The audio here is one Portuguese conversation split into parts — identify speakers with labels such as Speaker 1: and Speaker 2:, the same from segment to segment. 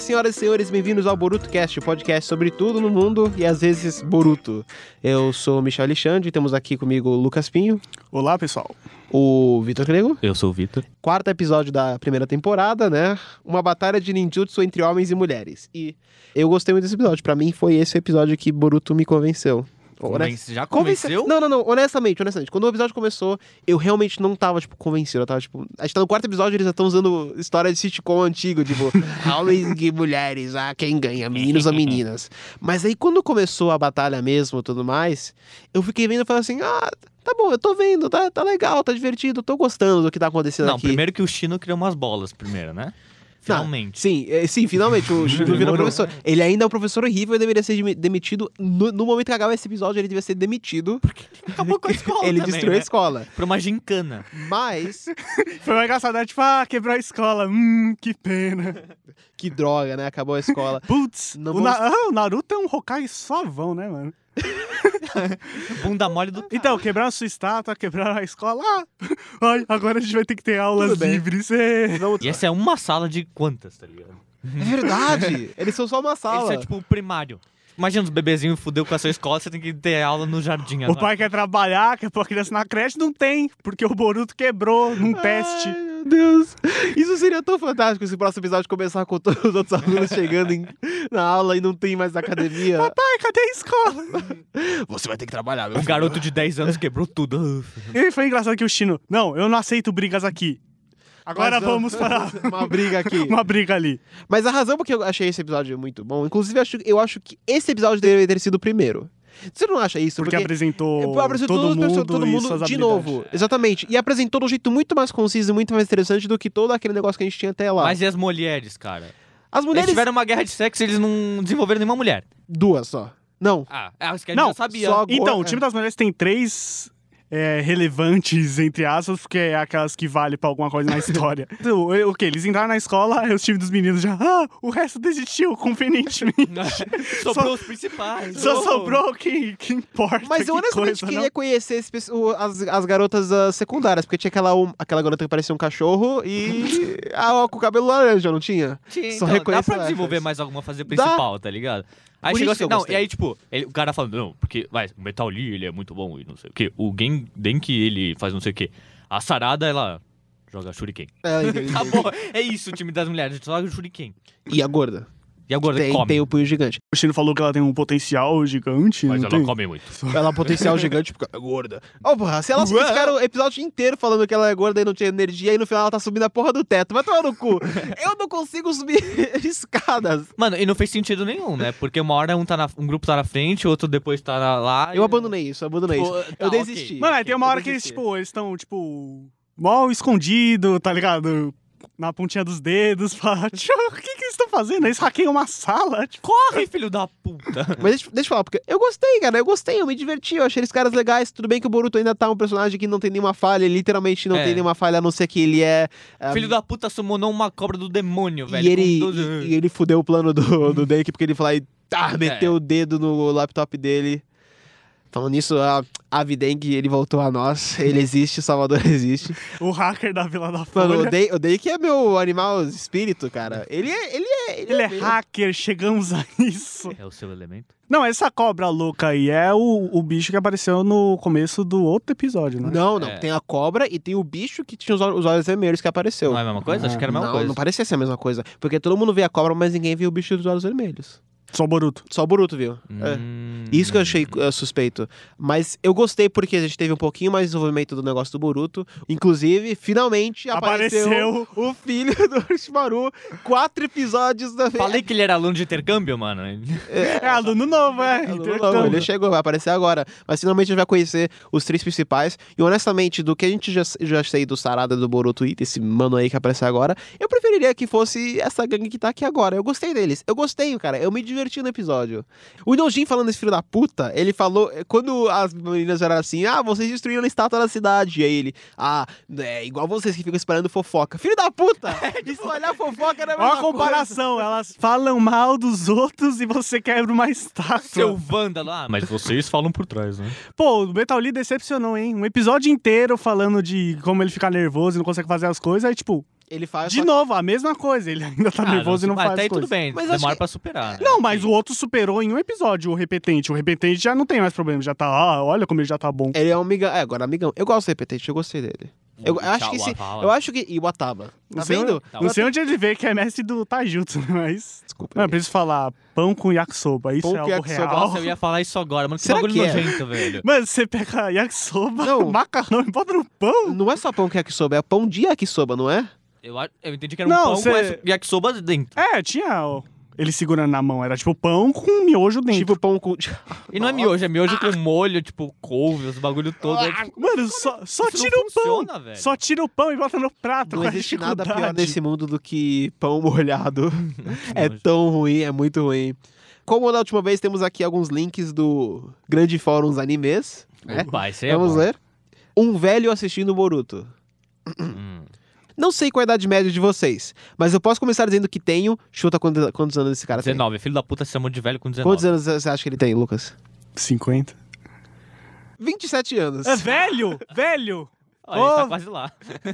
Speaker 1: senhoras e senhores, bem-vindos ao BorutoCast, podcast sobre tudo no mundo e às vezes Boruto. Eu sou o Michel Alexandre, temos aqui comigo o Lucas Pinho,
Speaker 2: Olá, pessoal.
Speaker 1: o Vitor Grego,
Speaker 3: Eu sou o Vitor.
Speaker 1: quarto episódio da primeira temporada, né? Uma batalha de ninjutsu entre homens e mulheres. E eu gostei muito desse episódio, pra mim foi esse o episódio que Boruto me convenceu. né?
Speaker 2: né?
Speaker 1: Honest-
Speaker 4: Convence- Já
Speaker 1: Convence-
Speaker 4: convenceu?
Speaker 1: Não, não, não. Honestamente, honestamente. Quando o episódio começou, eu realmente não tava, tipo, convencido. Eu tava, tipo. A gente tá no quarto episódio eles já estão usando história de sitcom antigo, tipo, homens e mulheres, ah, quem ganha, meninos ou meninas. Mas aí quando começou a batalha mesmo e tudo mais, eu fiquei vendo e falei assim, ah. Tá bom, eu tô vendo, tá, tá legal, tá divertido, tô gostando do que tá acontecendo
Speaker 4: Não,
Speaker 1: aqui.
Speaker 4: primeiro que o Chino criou umas bolas primeiro, né? Finalmente.
Speaker 1: Sim, é, sim, finalmente o Shiryu virou professor. Ele ainda é um professor horrível e deveria ser demi- demitido. No, no momento que acaba esse episódio, ele devia ser demitido.
Speaker 4: Acabou com a escola
Speaker 1: ele
Speaker 4: também,
Speaker 1: destruiu
Speaker 4: né?
Speaker 1: a escola.
Speaker 4: Pra uma gincana.
Speaker 1: Mas,
Speaker 2: Foi uma engraçada, tipo, ah, quebrou a escola. Hum, que pena.
Speaker 1: que droga, né? Acabou a escola.
Speaker 2: Putz, o,
Speaker 1: Não
Speaker 2: Na- ah, o Naruto é um Hokage suavão, né, mano?
Speaker 4: Bunda mole do...
Speaker 2: Então, quebraram a sua estátua, quebraram a escola. Ah, ai, agora a gente vai ter que ter aulas
Speaker 1: Tudo bem.
Speaker 2: livres. é.
Speaker 1: Não-
Speaker 4: E essa é uma sala de quantas, tá ligado?
Speaker 1: É verdade! Eles são só uma
Speaker 4: Esse
Speaker 1: sala.
Speaker 4: é tipo o primário. Imagina os bebezinhos fudeu com a sua escola, você tem que ter aula no jardim
Speaker 2: O
Speaker 4: agora.
Speaker 2: pai quer trabalhar, quer pôr a criança na creche, não tem, porque o Boruto quebrou num teste.
Speaker 1: Ai, meu Deus. Isso seria tão fantástico se o próximo episódio começar com todos os outros alunos chegando em- na aula e não tem mais academia.
Speaker 2: Pai, cadê a escola?
Speaker 1: Você vai ter que trabalhar, meu
Speaker 4: Um garoto de 10 anos quebrou tudo. Uf.
Speaker 2: E foi engraçado que o Chino, não, eu não aceito brigas aqui. Agora
Speaker 1: Mas, ó,
Speaker 2: vamos para
Speaker 1: Uma briga aqui.
Speaker 2: uma briga ali.
Speaker 1: Mas a razão porque eu achei esse episódio muito bom, inclusive eu acho, eu acho que esse episódio deveria ter sido o primeiro. Você não acha isso?
Speaker 2: Porque apresentou
Speaker 1: apresentou
Speaker 2: todo
Speaker 1: todas as
Speaker 2: mundo,
Speaker 1: pessoas- todo
Speaker 2: e
Speaker 1: mundo
Speaker 2: suas
Speaker 1: de
Speaker 2: habilidades. É.
Speaker 1: novo. Exatamente. E apresentou de um jeito muito mais conciso e muito mais interessante do que todo aquele negócio que a gente tinha até lá.
Speaker 4: Mas e as mulheres, cara?
Speaker 1: As
Speaker 4: Eles
Speaker 1: mulheres.
Speaker 4: tiveram uma guerra de sexo e eles não desenvolveram nenhuma mulher.
Speaker 1: Duas só. Não.
Speaker 4: Ah, é, isso que a gente
Speaker 2: Não,
Speaker 4: já sabia.
Speaker 1: só-
Speaker 2: Então,
Speaker 1: É.
Speaker 2: o time das mulheres tem três é, relevantes, entre aspas, porque é aquelas que vale pra alguma coisa na história. Então, o o que? Eles entraram na escola, aí os times dos meninos já. Ah, o resto desistiu, convenientemente.
Speaker 4: Sobrou os principais.
Speaker 2: Só
Speaker 4: Oh.
Speaker 2: sobrou quem, que importa.
Speaker 1: Mas eu
Speaker 2: que
Speaker 1: honestamente
Speaker 2: coisa,
Speaker 1: queria
Speaker 2: não.
Speaker 1: conhecer esse pesso- o- as, as garotas ah, secundárias, porque tinha aquela, um- aquela garota que parecia um cachorro e. a com o cabelo laranja, não tinha?
Speaker 4: Tinha,
Speaker 1: Só
Speaker 4: então, dá
Speaker 1: reconheço
Speaker 4: pra
Speaker 1: essas.
Speaker 4: desenvolver mais alguma fazer
Speaker 1: Dá.
Speaker 4: principal, tá ligado? Aí
Speaker 1: Por
Speaker 4: chegou
Speaker 1: isso que eu
Speaker 4: assim, não,
Speaker 1: gostei.
Speaker 4: e aí, tipo, ele- o cara falando, não, porque, vai, o Metal Lee, ele é muito bom e não sei o quê. O Gen, Denki, ele faz não sei o quê. A Sarada, ela joga Shuriken.
Speaker 1: É, entendi,
Speaker 4: Tá
Speaker 1: entendi.
Speaker 4: bom, é isso o time das mulheres, só joga Shuriken.
Speaker 1: E a gorda?
Speaker 4: E agora,
Speaker 1: Tem,
Speaker 4: come.
Speaker 1: tem o punho gigante.
Speaker 2: O Chino falou que ela tem um potencial gigante.
Speaker 4: Mas
Speaker 2: não
Speaker 4: ela
Speaker 2: tem?
Speaker 4: come muito.
Speaker 1: Ela é um potencial gigante porque é gorda. Ô, porra, se elas ficaram o episódio inteiro falando que ela é gorda e não tinha energia, e no final ela tá subindo a porra do teto. Vai tomar no cu. Eu não consigo subir escadas.
Speaker 4: Mano, e não fez sentido nenhum, né? Porque uma hora um, tá na- um grupo tá na frente, o outro depois tá na- lá.
Speaker 1: Eu
Speaker 4: e-
Speaker 1: abandonei isso, eu abandonei
Speaker 4: Pô,
Speaker 1: isso.
Speaker 4: tá,
Speaker 1: Eu
Speaker 4: ok.
Speaker 1: desisti.
Speaker 2: Mano, aí tem uma
Speaker 1: Eu
Speaker 2: hora que eles,
Speaker 1: desisti.
Speaker 2: tipo, eles estão, tipo, mal escondido, tá ligado? Na pontinha dos dedos, fala, "Tchô, o que, que eles estão fazendo? Eles hackeiam uma sala, tipo,
Speaker 4: Corre, filho da puta!
Speaker 1: Mas deixa, deixa eu falar, porque eu gostei, cara. Eu gostei, eu me diverti, eu achei eles caras legais. Tudo bem que o Boruto ainda tá um personagem que não tem nenhuma falha, ele literalmente não
Speaker 4: É.
Speaker 1: tem nenhuma falha, a não ser que ele é. ah,
Speaker 4: filho da puta sumonou uma cobra do demônio, velho.
Speaker 1: E ele,
Speaker 4: com doze- É.
Speaker 1: e, e ele fudeu o plano do, do Dake porque ele fala e tá, meteu o dedo no laptop dele. Falando nisso, a Avideng, ele voltou a nós. Ele existe, o Salvador existe.
Speaker 2: o hacker da Vila da
Speaker 1: Mano, o
Speaker 2: Folha.
Speaker 1: Dake, o Dake é meu animal espírito, cara. Ele é. Ele é, ele
Speaker 2: Ele é
Speaker 1: meu.
Speaker 2: hacker, chegamos a isso.
Speaker 4: É o seu elemento?
Speaker 2: Não, essa cobra louca aí é o, o bicho que apareceu no começo do outro episódio, né?
Speaker 1: Não, não.
Speaker 4: É.
Speaker 1: Tem a cobra e tem o bicho que tinha os, ol- os olhos vermelhos que apareceu.
Speaker 4: Não é a mesma coisa? Acho que era a mesma
Speaker 1: não,
Speaker 4: coisa.
Speaker 1: não parecia ser a mesma coisa. Porque todo mundo vê a cobra, mas ninguém viu o bicho dos olhos vermelhos.
Speaker 2: Só o Boruto.
Speaker 1: Só o Boruto viu. É.
Speaker 4: Hum.
Speaker 1: Isso que eu achei eh, suspeito. Mas eu gostei porque a gente teve um pouquinho mais de desenvolvimento do negócio do Boruto. Inclusive, finalmente apareceu,
Speaker 2: Apareceu.
Speaker 1: o filho do Orochimaru. Quatro episódios da vez.
Speaker 4: Falei que ele era aluno de intercâmbio, mano.
Speaker 2: É aluno novo, é.
Speaker 1: Não, não,
Speaker 2: intercâmbio.
Speaker 1: ele chegou, vai aparecer agora. Mas finalmente a gente vai conhecer os três principais. E honestamente, do que a gente já, já sei do Sarada do Boruto e desse mano aí que apareceu agora, eu preferiria que fosse essa gangue que tá aqui agora. Eu gostei deles. Eu gostei, cara. Eu me diverti no episódio. O Nojin falando esse filho da puta, ele falou. Quando as meninas eram assim, ah, vocês destruíram a estátua da cidade. E aí ele, ah, é igual vocês que ficam espalhando fofoca. Filho da puta!
Speaker 2: É,
Speaker 1: Espalhar fofoca era a
Speaker 2: Olha
Speaker 1: mesma
Speaker 2: a
Speaker 1: coisa.
Speaker 2: comparação, elas falam mal dos outros e você quebra uma estátua.
Speaker 4: Seu vândalo. Ah, mas vocês falam por trás, né?
Speaker 2: Pô, o Metal Lee decepcionou, hein? Um episódio inteiro falando de como ele fica nervoso e não consegue fazer as coisas. Aí, tipo,
Speaker 1: Ele faz.
Speaker 2: De
Speaker 1: só-
Speaker 2: novo, a mesma coisa. Ele ainda tá
Speaker 4: Ah,
Speaker 2: nervoso e não
Speaker 4: mas
Speaker 2: faz
Speaker 4: Até aí
Speaker 2: coisa.
Speaker 4: tudo bem,
Speaker 1: Mas acho
Speaker 4: demora
Speaker 1: que-
Speaker 4: pra superar.
Speaker 1: É,
Speaker 4: né?
Speaker 2: Não, mas
Speaker 4: Sim.
Speaker 2: o outro superou em um episódio o repetente. O repetente já não tem mais problema, já tá, ah, olha como ele já tá bom.
Speaker 1: Ele é um amigão. É, agora amigão. Eu gosto do repetente, eu gostei dele. Eu, eu acho que
Speaker 4: Tchau,
Speaker 1: se.
Speaker 4: Atala.
Speaker 1: Eu acho que. E o Ataba. Tá
Speaker 2: sei
Speaker 1: vendo?
Speaker 4: onde-
Speaker 2: Não sei onde ele vê que é mestre do Taijutsu, mas.
Speaker 1: Desculpa.
Speaker 2: Não, eu preciso falar pão com yakisoba, isso
Speaker 1: Pão
Speaker 2: é
Speaker 1: com
Speaker 2: algo
Speaker 1: yakisoba,
Speaker 2: real.
Speaker 4: Nossa, eu ia falar isso agora, mano. Que
Speaker 1: Será
Speaker 4: bagulho
Speaker 1: que é?
Speaker 4: nojento, velho.
Speaker 2: Mano, você pega yakisoba,
Speaker 1: Não.
Speaker 2: macarrão e bota no pão?
Speaker 1: Não é só pão que yakisoba, é pão de yakisoba, não é?
Speaker 4: Eu, a- eu entendi que era um
Speaker 2: Não,
Speaker 4: pão
Speaker 2: cê-
Speaker 4: com essa- yakisoba dentro.
Speaker 2: É, tinha ó, ele segurando na mão, era tipo pão com miojo dentro.
Speaker 1: Tipo pão com.
Speaker 4: E não é miojo, é miojo com molho, tipo couve, os bagulho todo. É,
Speaker 1: Ah,
Speaker 4: tipo,
Speaker 2: Mano, só, só
Speaker 4: isso não
Speaker 2: tira o pão.
Speaker 4: funciona, velho.
Speaker 2: Só tira o pão e bota no prato.
Speaker 1: Não
Speaker 2: com a
Speaker 1: existe nada pior
Speaker 2: dificuldade.
Speaker 1: nesse mundo do que pão molhado. é tão ruim, é muito ruim. Como da última vez, temos aqui alguns links do Grande Fóruns Animes. né?
Speaker 4: Opa, isso aí é
Speaker 1: Vamos
Speaker 4: bom.
Speaker 1: ler. Um velho assistindo Boruto.
Speaker 4: Hum.
Speaker 1: Não sei qual é a idade média de vocês, mas eu posso começar dizendo que tenho. Chuta quantos, quantos anos esse cara tem.
Speaker 4: 19, filho da puta se chamou de velho com 19.
Speaker 1: assim. Quantos anos você acha que ele tem, Lucas?
Speaker 2: 50.
Speaker 1: 27 anos.
Speaker 2: É velho, velho.
Speaker 4: Olha, ele tá
Speaker 2: Oh.
Speaker 4: quase lá.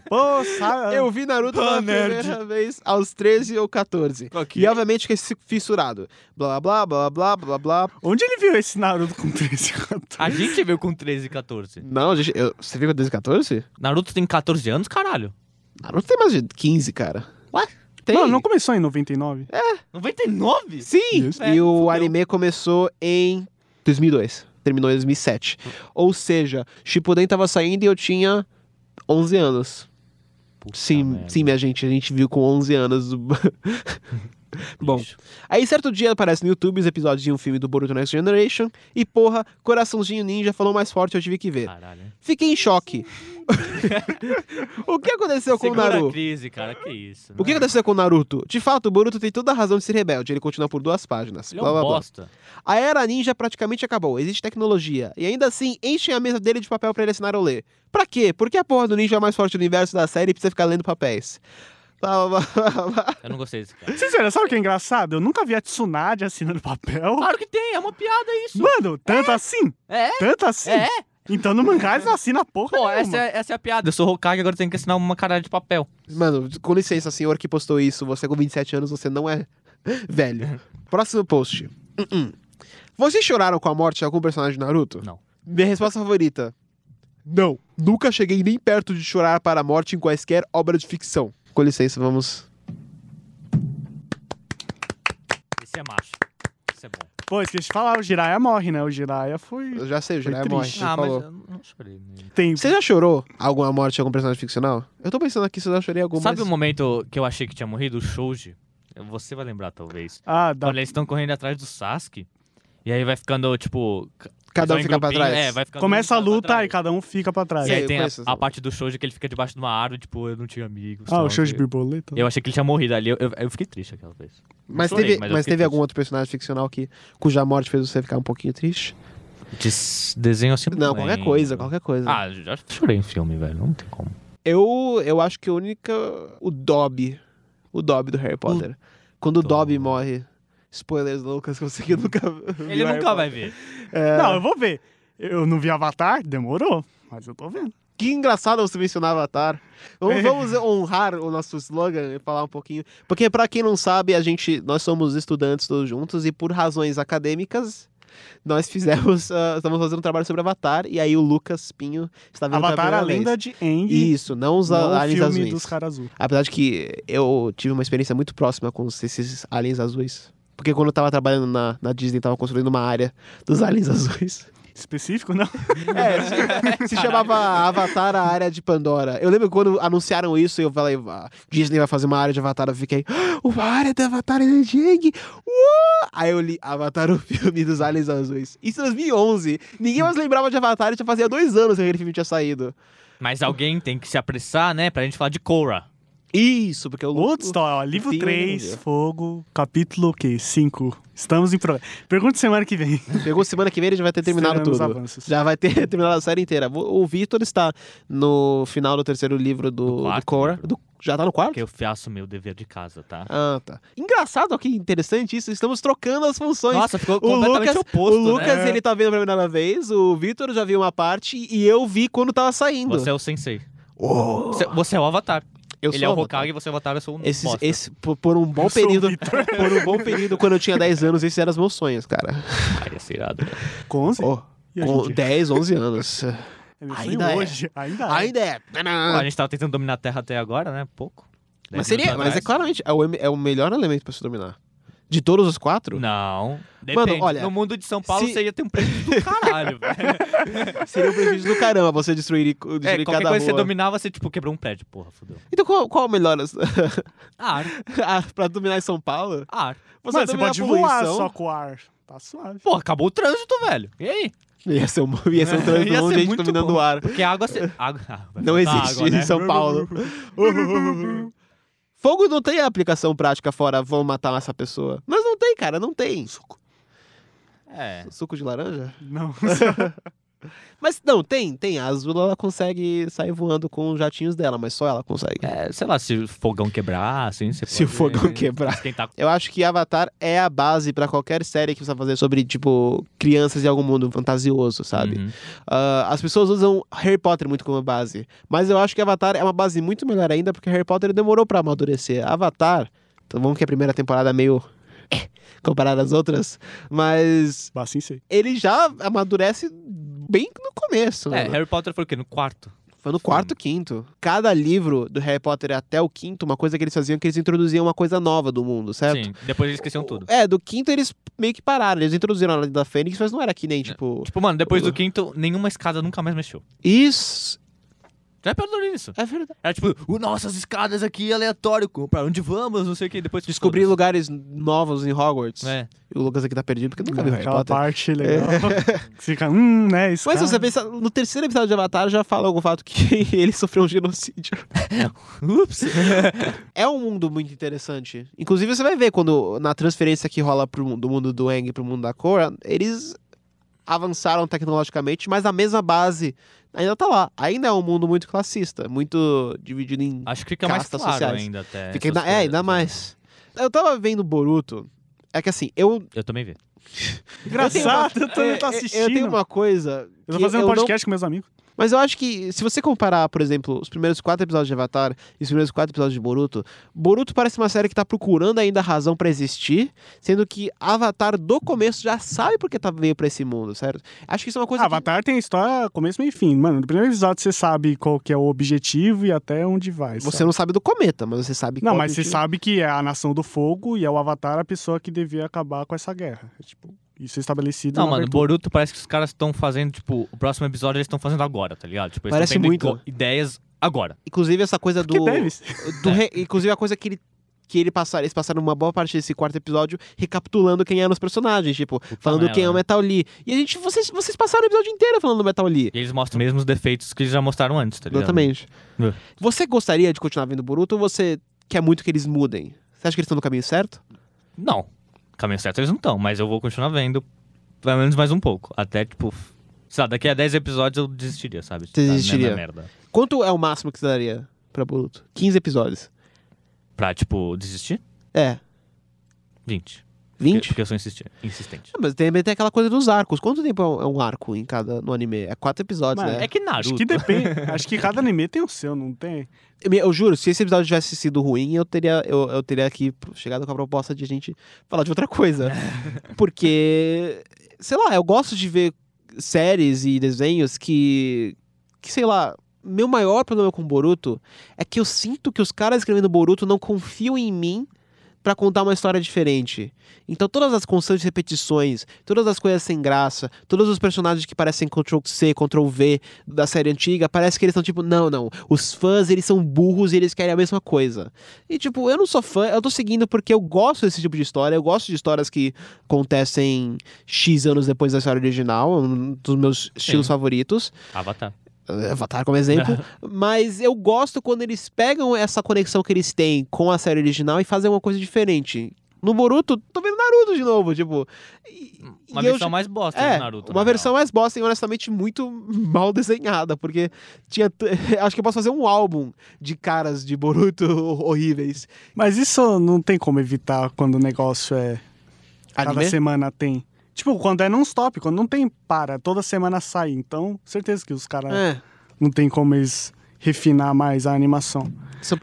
Speaker 2: Pô, sabe?
Speaker 1: Eu vi Naruto
Speaker 2: Ah,
Speaker 1: pela
Speaker 2: nerd.
Speaker 1: primeira vez aos 13 ou 14.
Speaker 4: Ok.
Speaker 1: E obviamente que esse fissurado. Blá blá blá blá blá blá.
Speaker 2: Onde ele viu esse Naruto com 13 14?
Speaker 4: A gente veio com 13, 14.
Speaker 1: Não, gente, eu- você viu desde 14?
Speaker 4: Naruto tem 14 anos, caralho.
Speaker 1: Naruto tem mais de 15, cara.
Speaker 4: Ué?
Speaker 1: Tem.
Speaker 2: Não, não começou em 99? É.
Speaker 4: 99?
Speaker 1: Sim!
Speaker 2: Isso.
Speaker 1: E
Speaker 4: É,
Speaker 1: o
Speaker 4: fudeu.
Speaker 1: anime começou em 2002. Terminou em 2007.
Speaker 2: Hum.
Speaker 1: Ou seja, Shippuden tava saindo e eu tinha 11 anos.
Speaker 4: Puta
Speaker 1: Sim,
Speaker 2: Tá
Speaker 4: merda.
Speaker 1: sim, minha gente, a gente viu com 11 anos. o- Bom,
Speaker 4: Bicho.
Speaker 1: aí certo dia aparece no YouTube os episódios de um filme do Boruto Next Generation e porra, Coraçãozinho Ninja falou mais forte, eu tive que ver.
Speaker 4: Caralho. hein?
Speaker 1: Fiquei em choque. o que aconteceu com o
Speaker 4: Segura a
Speaker 1: Naruto?
Speaker 4: crise, cara, que isso.
Speaker 1: O que
Speaker 4: né?
Speaker 1: aconteceu com o Naruto? De fato, o Boruto tem toda a razão de ser rebelde. Ele continua por duas páginas.
Speaker 4: Ele é
Speaker 1: blá,
Speaker 4: um
Speaker 1: blá, blá.
Speaker 4: bosta.
Speaker 1: A era ninja praticamente acabou. Existe tecnologia. E ainda assim, enchem a mesa dele de papel pra ele assinar ou ler. Pra quê? Porque a porra do ninja é mais forte do universo da série e precisa ficar lendo papéis. Blá, blá, blá, blá, blá.
Speaker 4: Eu não gostei desse cara.
Speaker 2: Sincero, sabe o que é engraçado? Eu nunca vi a Tsunade assinando papel.
Speaker 4: Claro que tem, é uma piada isso.
Speaker 2: Mano, tanto assim?
Speaker 4: É?
Speaker 2: Tanto assim?
Speaker 4: É?
Speaker 2: Então no mangá eles não assinam porra
Speaker 4: Pô,
Speaker 2: nenhuma.
Speaker 4: essa é, essa é a piada. Eu sou Hokage, agora eu tenho que assinar uma caralho de papel.
Speaker 1: Mano, com licença, senhor que postou isso. Você com 27 anos, você não é velho. Próximo post. Uh-uh. Vocês choraram com a morte de algum personagem de Naruto?
Speaker 4: Não.
Speaker 1: Minha resposta favorita. Não. Nunca cheguei nem perto de chorar para a morte em quaisquer obra de ficção. Com licença, vamos.
Speaker 4: Esse é macho. Esse é bom.
Speaker 2: Pô, esqueci de falar, o Jiraiya morre, né? O Jiraiya foi...
Speaker 1: Eu já sei, o
Speaker 2: Foi
Speaker 1: Jiraiya
Speaker 2: triste.
Speaker 1: morre.
Speaker 4: ah,
Speaker 1: falou.
Speaker 4: mas eu não chorei. né?
Speaker 2: Tem...
Speaker 1: Você já chorou alguma morte de algum personagem ficcional? Eu tô pensando aqui se eu já chorei alguma.
Speaker 4: Sabe o
Speaker 1: mas-
Speaker 4: momento que eu achei que tinha morrido? O Shouji. Você vai lembrar, talvez.
Speaker 2: Ah, dá...
Speaker 4: Olha, eles estão correndo atrás do Sasuke. E aí vai ficando, tipo... ca-
Speaker 1: Cada um
Speaker 4: só em
Speaker 1: fica pra
Speaker 4: grupinho.
Speaker 1: trás.
Speaker 4: É, vai ficando
Speaker 2: Começa a
Speaker 4: um pra
Speaker 2: luta
Speaker 4: trás.
Speaker 2: e cada um fica pra trás.
Speaker 4: E
Speaker 1: Sim,
Speaker 4: aí
Speaker 1: eu
Speaker 4: tem a,
Speaker 1: conheço essa
Speaker 4: a
Speaker 1: luta.
Speaker 4: parte do Shouji que ele fica debaixo de uma árvore, tipo, eu não tinha amigos.
Speaker 2: Ah,
Speaker 4: tal,
Speaker 2: o show de
Speaker 4: eu-
Speaker 2: borboleta.
Speaker 4: Eu achei que ele tinha morrido ali. Eu, eu- eu fiquei triste aquela vez.
Speaker 1: Mas
Speaker 4: chorei,
Speaker 1: teve, mas
Speaker 4: mas eu fiquei
Speaker 1: teve
Speaker 4: triste.
Speaker 1: algum outro personagem ficcional que, cuja morte fez você ficar um pouquinho triste?
Speaker 4: Des- Desenho assim
Speaker 1: Não, qualquer
Speaker 4: lembro.
Speaker 1: coisa, qualquer coisa.
Speaker 4: Ah, já chorei em filme, velho. Não tem como.
Speaker 1: Eu, eu acho que a única. O Dobby. O Dobby do Harry Potter. Quando o Dobby
Speaker 4: Dobby.
Speaker 1: morre. Spoilers, Lucas, que você que nunca. viu Harry
Speaker 4: Ele nunca
Speaker 1: Potter.
Speaker 4: vai ver. É.
Speaker 2: Não, eu vou ver. Eu não vi Avatar, demorou. Mas eu tô vendo.
Speaker 1: Que engraçado você mencionar Avatar.
Speaker 2: É.
Speaker 1: Vamos, vamos honrar o nosso slogan e falar um pouquinho. Porque, pra quem não sabe, a gente, nós somos estudantes todos juntos e, por razões acadêmicas, nós fizemos. ah, estamos fazendo um trabalho sobre Avatar. E aí, o Lucas Pinho está vendo pela
Speaker 2: Avatar, a
Speaker 1: primeira vez.
Speaker 2: lenda de Aang,
Speaker 1: Isso, não os
Speaker 2: não o
Speaker 1: aliens
Speaker 2: filme
Speaker 1: azuis.
Speaker 2: dos caras azul.
Speaker 1: Apesar de que eu tive uma experiência muito próxima com os- esses aliens azuis. Porque quando eu tava trabalhando na, na Disney, tava construindo uma área dos aliens azuis.
Speaker 2: Específico, não?
Speaker 1: É, se chamava Avatar a área de Pandora. Eu lembro quando anunciaram isso, eu falei, "Ah, Disney vai fazer uma área de Avatar, eu fiquei, "Ah, uma área de Avatar e Jang! Uh! Aí eu li Avatar, o filme dos aliens azuis. Isso em 2011. Ninguém mais lembrava de Avatar, já fazia dois anos que aquele filme tinha saído.
Speaker 4: Mas alguém tem que se apressar, né? Pra gente falar de Korra.
Speaker 1: Isso, porque tá eu...
Speaker 2: Outra história, ó, livro
Speaker 1: Enfim,
Speaker 2: 3,
Speaker 1: né?
Speaker 2: Fogo, capítulo o quê? 5. Estamos em progresso. Pergunta semana que vem.
Speaker 1: Pegou semana que vem, ele já vai ter terminado
Speaker 2: Esperando os
Speaker 1: tudo.
Speaker 2: avanços.
Speaker 1: Já vai ter terminado a série inteira. O o Vitor está no final do terceiro livro do, do,
Speaker 4: quarto
Speaker 1: Korra.
Speaker 4: livro.
Speaker 1: Do- já tá no quarto?
Speaker 4: Porque eu faço meu dever de casa, tá?
Speaker 1: Ah, tá. Engraçado aqui, interessante isso. Estamos trocando as funções.
Speaker 4: Nossa, ficou
Speaker 1: o
Speaker 4: completamente
Speaker 1: Lucas,
Speaker 4: oposto,
Speaker 1: o Lucas
Speaker 4: né?
Speaker 1: ele tá vendo pela primeira vez, o Vitor já viu uma parte e eu vi quando tava saindo.
Speaker 4: Você é o sensei.
Speaker 1: Oh.
Speaker 4: Você, você é o avatar.
Speaker 1: Eu
Speaker 4: Ele
Speaker 1: sou
Speaker 4: é o
Speaker 1: Avatar.
Speaker 4: Hokage e você é o Avatar, eu sou um
Speaker 1: Esses,
Speaker 4: bosta.
Speaker 1: esse, por, por um bom
Speaker 2: Eu sou o
Speaker 1: período,
Speaker 2: Victor.
Speaker 1: por um bom período, quando eu tinha 10 anos, esses eram os meus sonhos, cara.
Speaker 4: Ai, é irado. cara.
Speaker 2: Com 11?
Speaker 1: Oh,
Speaker 2: E hoje em
Speaker 1: com
Speaker 2: dia?
Speaker 1: 10, 11 anos.
Speaker 2: É meu
Speaker 1: ainda
Speaker 2: sonho
Speaker 1: é.
Speaker 2: hoje. Ainda é.
Speaker 1: Ainda é.
Speaker 4: A gente tava tentando dominar a Terra até agora, né? Pouco.
Speaker 1: Mas
Speaker 4: Dez
Speaker 1: seria,
Speaker 4: minutos
Speaker 1: mas é
Speaker 4: atrás.
Speaker 1: claramente, é o, em- é o melhor elemento pra se dominar. De todos os quatro?
Speaker 4: Não.
Speaker 1: Mano,
Speaker 4: Depende.
Speaker 1: olha,
Speaker 4: no mundo de São Paulo
Speaker 1: se-
Speaker 4: você ia ter um prejuízo do caralho, velho.
Speaker 1: Seria um prejuízo do caramba você destruir, destruir
Speaker 4: É, qualquer
Speaker 1: cada
Speaker 4: coisa
Speaker 1: rua.
Speaker 4: que você dominava, você, tipo, quebrou um prédio. Porra, fudeu.
Speaker 1: Então qual, qual o melhor
Speaker 4: Ar.
Speaker 1: Ah, pra dominar em São Paulo?
Speaker 4: Ar.
Speaker 1: Você
Speaker 2: Mano, você
Speaker 1: domina a
Speaker 2: pode voar
Speaker 1: poluição.
Speaker 2: só com o ar. Tá suave.
Speaker 4: Pô, acabou o trânsito, velho. E aí?
Speaker 1: Ia ser um, ia ser um trânsito
Speaker 4: É, Ia
Speaker 1: longe, a
Speaker 4: ser
Speaker 1: gente
Speaker 4: muito
Speaker 1: dominando
Speaker 4: bom.
Speaker 1: o ar.
Speaker 4: Porque água... Você... água... Ah, vai
Speaker 1: Não
Speaker 4: faltar
Speaker 1: existe
Speaker 4: água, né?
Speaker 1: em São Paulo. Fogo não tem aplicação prática fora vão matar essa pessoa. Mas não tem, cara, não tem. Suco,
Speaker 4: É.
Speaker 1: de laranja?
Speaker 2: Não.
Speaker 1: Mas não, tem, tem. A Azula ela consegue sair voando com os jatinhos dela, mas só ela consegue.
Speaker 4: É, sei lá, se o fogão quebrar, assim, você
Speaker 1: Se o
Speaker 4: pode-
Speaker 1: fogão quebrar.
Speaker 4: Esquentar
Speaker 1: Eu acho que Avatar é a base pra qualquer série que você vai fazer sobre, tipo, crianças e algum mundo fantasioso, sabe?
Speaker 4: Uhum.
Speaker 1: Ah, as pessoas usam Harry Potter muito como base. Mas eu acho que Avatar é uma base muito melhor ainda, porque Harry Potter demorou pra amadurecer. Avatar, então vamos que a primeira temporada é meio. eh, comparada às outras. Mas
Speaker 2: Bacinho sei.
Speaker 1: ele já amadurece bem no começo,
Speaker 4: É,
Speaker 1: né?
Speaker 4: Harry Potter foi o quê? No quarto?
Speaker 1: Foi no quarto, quinto. Cada livro do Harry Potter até o quinto, uma coisa que eles faziam é que eles introduziam uma coisa nova do mundo, certo?
Speaker 4: Sim. Depois eles esqueciam tudo.
Speaker 1: É, do quinto eles meio que pararam. Eles introduziram a Lenda da Fênix, mas não era que nem, tipo.
Speaker 4: Tipo, mano, depois do quinto, nenhuma escada nunca mais mexeu.
Speaker 1: Isso.
Speaker 4: Já perdoou isso.
Speaker 1: É verdade.
Speaker 4: Era tipo, "O, nossa, as escadas aqui, aleatório, co- pra onde vamos, não sei o que. Depois
Speaker 1: Descobri
Speaker 4: Todas.
Speaker 1: lugares novos em Hogwarts.
Speaker 4: É.
Speaker 1: E o Lucas aqui tá perdido porque nunca viu Harry
Speaker 2: É, Aquela
Speaker 1: Potter. É.
Speaker 2: parte legal. Que Fica, hum, né? Isso.
Speaker 1: Mas se você pensa, no terceiro episódio de Avatar já fala algum fato que ele sofreu um genocídio.
Speaker 4: Ups.
Speaker 1: É um mundo muito interessante. Inclusive, você vai ver quando, na transferência que rola pro, mu- do mundo do Aang pro mundo da Korra, eles avançaram tecnologicamente, mas a mesma base ainda tá lá. Ainda é um mundo muito classista, muito dividido em
Speaker 4: Acho que fica mais
Speaker 1: Castas
Speaker 4: claro
Speaker 1: sociais.
Speaker 4: ainda até.
Speaker 1: Fica
Speaker 4: essas
Speaker 1: ainda, é, ainda
Speaker 4: coisas.
Speaker 1: mais. Eu tava vendo Boruto. É que assim, eu.
Speaker 4: Eu também vi.
Speaker 2: Engraçado, eu também tô tá
Speaker 1: é, é,
Speaker 2: assistindo.
Speaker 1: Eu tenho uma coisa.
Speaker 2: Eu tô
Speaker 1: que
Speaker 2: fazendo um
Speaker 1: eu não-
Speaker 2: podcast com meus amigos. Ah,
Speaker 1: Mas eu acho que, se você comparar, por exemplo, os primeiros quatro episódios de Avatar e os primeiros quatro episódios de Boruto, Boruto parece uma série que tá procurando ainda a razão pra existir, sendo que Avatar do começo já sabe porque tá veio pra esse mundo, certo? Acho que isso é uma coisa. que-
Speaker 2: Avatar tem história, começo, meio e fim. Mano, no primeiro episódio você sabe qual que é o objetivo e até onde vai.
Speaker 1: Você
Speaker 2: sabe?
Speaker 1: não sabe do cometa, mas você sabe
Speaker 2: Não,
Speaker 1: qual
Speaker 2: mas
Speaker 1: o
Speaker 2: você
Speaker 1: objetivo.
Speaker 2: sabe que é a Nação do Fogo e é o Avatar a pessoa que devia acabar com essa guerra. É, tipo, isso é estabelecido
Speaker 4: Não,
Speaker 2: na
Speaker 4: mano,
Speaker 2: abertura.
Speaker 4: Boruto parece que os caras estão fazendo, tipo, o próximo episódio eles estão fazendo agora, tá ligado? Tipo, eles
Speaker 1: Parece
Speaker 4: tão tendo
Speaker 1: muito.
Speaker 4: igo- ideias agora.
Speaker 1: Inclusive, essa coisa
Speaker 2: Que
Speaker 1: do.
Speaker 2: deve ser.
Speaker 1: do
Speaker 4: É.
Speaker 1: re- Inclusive, a coisa que ele. Que ele passar, eles passaram uma boa parte desse quarto episódio recapitulando quem eram os personagens, tipo, falando
Speaker 4: Pamela,
Speaker 1: quem é o
Speaker 4: né?
Speaker 1: Metal Lee. E a gente, vocês, vocês passaram o episódio inteiro falando do Metal Lee.
Speaker 4: E eles mostram mesmo os defeitos que eles já mostraram antes, tá ligado?
Speaker 1: Exatamente.
Speaker 4: É.
Speaker 1: Você gostaria de continuar vendo Boruto ou você quer muito que eles mudem? Você acha que eles estão no caminho certo?
Speaker 4: Não. Caminho certo eles não estão, mas eu vou continuar vendo pelo menos mais um pouco. Até, tipo, sei lá, daqui a 10 episódios eu desistiria, sabe? Tá, né, na
Speaker 1: desistiria.
Speaker 4: merda.
Speaker 1: Quanto é o máximo que você daria pra Boruto? 15 episódios.
Speaker 4: Pra, tipo, desistir?
Speaker 1: É,
Speaker 4: 20. Porque,
Speaker 1: 20?
Speaker 4: porque eu sou insistente. insistente.
Speaker 1: Ah, Mas também tem aquela coisa dos arcos. Quanto tempo é um- é um arco em cada no anime? É quatro episódios,
Speaker 2: Mano,
Speaker 1: né?
Speaker 4: É que Naruto.
Speaker 2: Acho que depende. Acho que cada anime tem o seu, não tem?
Speaker 1: Eu, me- eu juro, se esse episódio tivesse sido ruim, eu teria, eu, eu teria aqui chegado com a proposta de a gente falar de outra coisa. Porque, sei lá, eu gosto de ver séries e desenhos que, que sei lá, meu maior problema com Boruto é que eu sinto que os caras escrevendo Boruto não confiam em mim pra contar uma história diferente. Então todas as constantes repetições, todas as coisas sem graça, todos os personagens que parecem Ctrl C, Ctrl V da série antiga, parece que eles estão tipo, não, não, os fãs eles são burros e eles querem a mesma coisa. E tipo, eu não sou fã, eu tô seguindo porque eu gosto desse tipo de história, eu gosto de histórias que acontecem X anos depois da história original, um dos meus estilos favoritos. eh,
Speaker 4: Avatar.
Speaker 1: Avatar como exemplo, mas eu gosto quando eles pegam essa conexão que eles têm com a série original e fazem uma coisa diferente. No Boruto, tô vendo Naruto de novo, tipo. e-
Speaker 4: Uma
Speaker 1: e eu
Speaker 4: versão
Speaker 1: já-
Speaker 4: mais bosta
Speaker 1: é,
Speaker 4: do Naruto.
Speaker 1: uma
Speaker 4: na
Speaker 1: versão
Speaker 4: real.
Speaker 1: mais bosta e honestamente muito mal desenhada, porque tinha. t- Acho que eu posso fazer um álbum de caras de Boruto horríveis.
Speaker 2: Mas isso não tem como evitar quando o negócio é. Cada
Speaker 1: Anime?
Speaker 2: semana tem. Tipo, quando é non-stop, quando não tem para, toda semana sai. Então, certeza que os caras
Speaker 1: É.
Speaker 2: não tem como eles refinar mais a animação.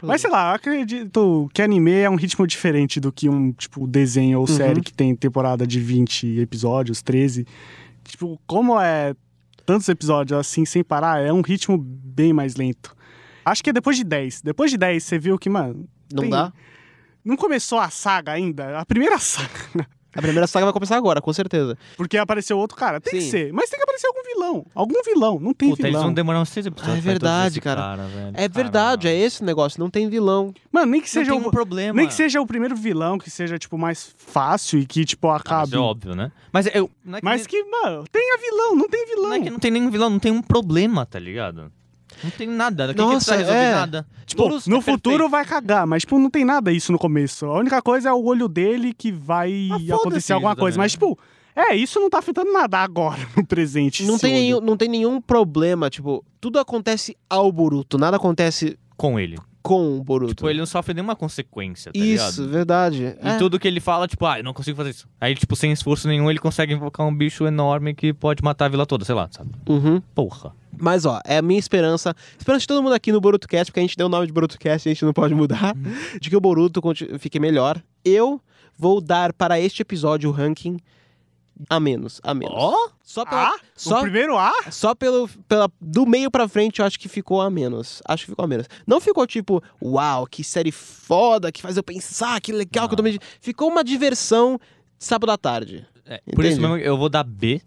Speaker 2: Mas sei lá, eu acredito que anime é um ritmo diferente do que um tipo desenho ou série que tem temporada de 20 episódios, 13. Tipo, como é tantos episódios assim sem parar, é um ritmo bem mais lento. Acho que é depois de 10. Depois de 10 você viu que, mano,
Speaker 1: Não
Speaker 2: tem-
Speaker 1: dá?
Speaker 2: não começou a saga ainda, a primeira saga.
Speaker 1: A primeira saga vai começar agora, com certeza.
Speaker 2: Porque apareceu outro cara. Tem
Speaker 1: Sim.
Speaker 2: que ser, mas tem que aparecer algum vilão. Algum vilão, não tem
Speaker 4: Puta, eles
Speaker 2: vilão.
Speaker 4: vão demorar uns seis episódios.
Speaker 1: Ah, é
Speaker 4: pra introduzir
Speaker 1: verdade,
Speaker 4: esse
Speaker 1: cara.
Speaker 4: velho.
Speaker 1: É verdade,
Speaker 4: Ah,
Speaker 1: é esse o negócio, não tem vilão.
Speaker 2: Mano, nem que seja
Speaker 4: não
Speaker 2: o
Speaker 4: tem um problema.
Speaker 2: Nem que seja o primeiro vilão, que seja, tipo, mais fácil e que, tipo,
Speaker 4: Ah, mas
Speaker 2: acabe.
Speaker 4: é óbvio, né? Mas, eu, não é que
Speaker 2: Mas
Speaker 4: nem-
Speaker 2: que, mano, tenha vilão, não tem vilão.
Speaker 4: Não é que não tem nenhum vilão, não tem um problema, tá ligado? Não tem nada. Aqui que
Speaker 1: Nossa,
Speaker 4: precisa resolver
Speaker 1: é.
Speaker 4: nada.
Speaker 2: Tipo,
Speaker 4: Lotus é
Speaker 2: no
Speaker 4: perfeito.
Speaker 2: futuro vai cagar, mas, tipo, não tem nada isso no começo. A única coisa é o olho dele que vai
Speaker 4: Ah, foda-se
Speaker 2: acontecer alguma
Speaker 4: isso
Speaker 2: coisa.
Speaker 4: também,
Speaker 2: Mas, tipo, é, isso não tá afetando nada agora, no presente.
Speaker 1: Não
Speaker 2: esse
Speaker 1: tem,
Speaker 2: olho.
Speaker 1: nenhum, não tem nenhum problema, tipo, tudo acontece ao Boruto, nada acontece
Speaker 4: Com ele.
Speaker 1: com o Boruto.
Speaker 4: Tipo, ele não sofre nenhuma consequência, tá
Speaker 1: Isso,
Speaker 4: ligado?
Speaker 1: verdade.
Speaker 4: E
Speaker 1: É.
Speaker 4: tudo que ele fala, tipo, ah, eu não consigo fazer isso. Aí, tipo, sem esforço nenhum, ele consegue invocar um bicho enorme que pode matar a vila toda, sei lá, sabe?
Speaker 1: Uhum.
Speaker 4: Porra.
Speaker 1: Mas ó, é a minha esperança, esperança de todo mundo aqui no BorutoCast, porque a gente deu o nome de BorutoCast e a gente não pode mudar,
Speaker 4: Uhum.
Speaker 1: de que o Boruto conti- fique melhor. Eu vou dar para este episódio o ranking a menos, a menos.
Speaker 4: Ó? Ah!
Speaker 1: Só pela,
Speaker 2: Ah,
Speaker 1: só,
Speaker 2: o primeiro A?
Speaker 1: só pelo pela do meio pra frente eu acho que ficou a menos. Acho que ficou a menos. Não ficou tipo, uau, que série foda, que faz eu pensar, que legal que eu tô me... Ficou uma diversão sábado à tarde.
Speaker 4: É, por isso
Speaker 1: Entendi.
Speaker 4: mesmo eu vou dar B,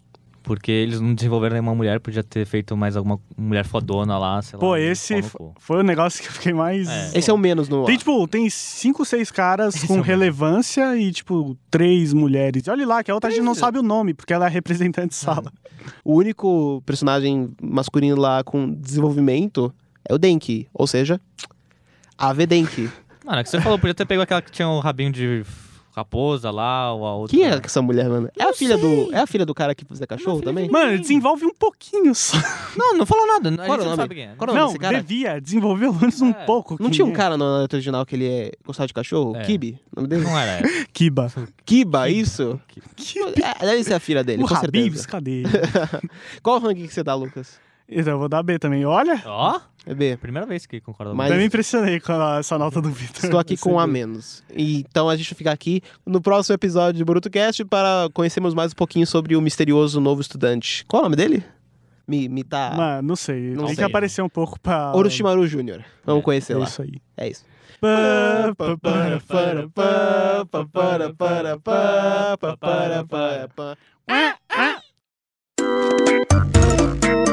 Speaker 4: porque eles não desenvolveram nenhuma mulher, podia ter feito mais alguma mulher fodona lá, sei lá.
Speaker 2: Pô,
Speaker 4: um
Speaker 2: esse
Speaker 4: pau no
Speaker 2: f-
Speaker 4: cu.
Speaker 2: foi o negócio que eu fiquei mais...
Speaker 4: É.
Speaker 1: Esse é o menos no
Speaker 2: Tem,
Speaker 1: ar.
Speaker 2: tipo, tem cinco, seis caras
Speaker 4: Esse é
Speaker 2: com
Speaker 4: o
Speaker 2: relevância e, tipo, três mulheres. Olha lá, que a outra a gente não
Speaker 1: Três?
Speaker 2: sabe o nome, porque ela é representante de sala.
Speaker 1: O único personagem masculino lá com desenvolvimento é o Denki, ou seja, AV Denki.
Speaker 4: Mano, é que você falou, podia ter pego aquela que tinha o rabinho de raposa lá, ou a outra.
Speaker 1: Quem é essa mulher, mano? É a filha do é a filha do cara que fazia cachorro também?
Speaker 2: Mano, desenvolve um pouquinho só.
Speaker 4: Não, não falou nada. A gente
Speaker 1: Qual era o
Speaker 4: não
Speaker 1: nome?
Speaker 4: sabe quem é.
Speaker 1: Qual era o nome
Speaker 2: Não,
Speaker 1: desse cara?
Speaker 2: devia, desenvolver ao menos um
Speaker 4: É.
Speaker 2: pouco.
Speaker 1: Não
Speaker 2: que
Speaker 1: tinha um
Speaker 2: é.
Speaker 1: cara na letra original que ele é gostava de cachorro?
Speaker 4: É.
Speaker 1: Kibi? O nome dele?
Speaker 4: Não era ela.
Speaker 2: Kiba.
Speaker 1: Kiba, isso?
Speaker 2: Que-
Speaker 1: É, deve ser a filha dele,
Speaker 2: o
Speaker 1: com
Speaker 2: Habibs,
Speaker 1: certeza.
Speaker 2: cadê?
Speaker 1: Qual o ranking que você dá, Lucas?
Speaker 2: então, eu vou dar B também. Olha,
Speaker 4: Ó,
Speaker 1: É B.
Speaker 4: primeira vez que concorda
Speaker 1: Mas-
Speaker 2: eu me impressionei com a- essa nota do Vitor.
Speaker 1: Estou aqui com um a menos. E, Então a gente fica aqui no próximo episódio de BrutoCast para conhecermos mais um pouquinho sobre o misterioso novo estudante. Qual é o nome dele? Me, me tá...
Speaker 2: Mano, não sei.
Speaker 1: Não
Speaker 2: Tem que
Speaker 1: sei.
Speaker 2: aparecer um pouco pra...
Speaker 1: Orochimaru Jr. Vamos conhecer
Speaker 2: É
Speaker 1: lá.
Speaker 2: isso aí.
Speaker 1: É isso.
Speaker 2: Pá, pá, pá, pá.
Speaker 4: com.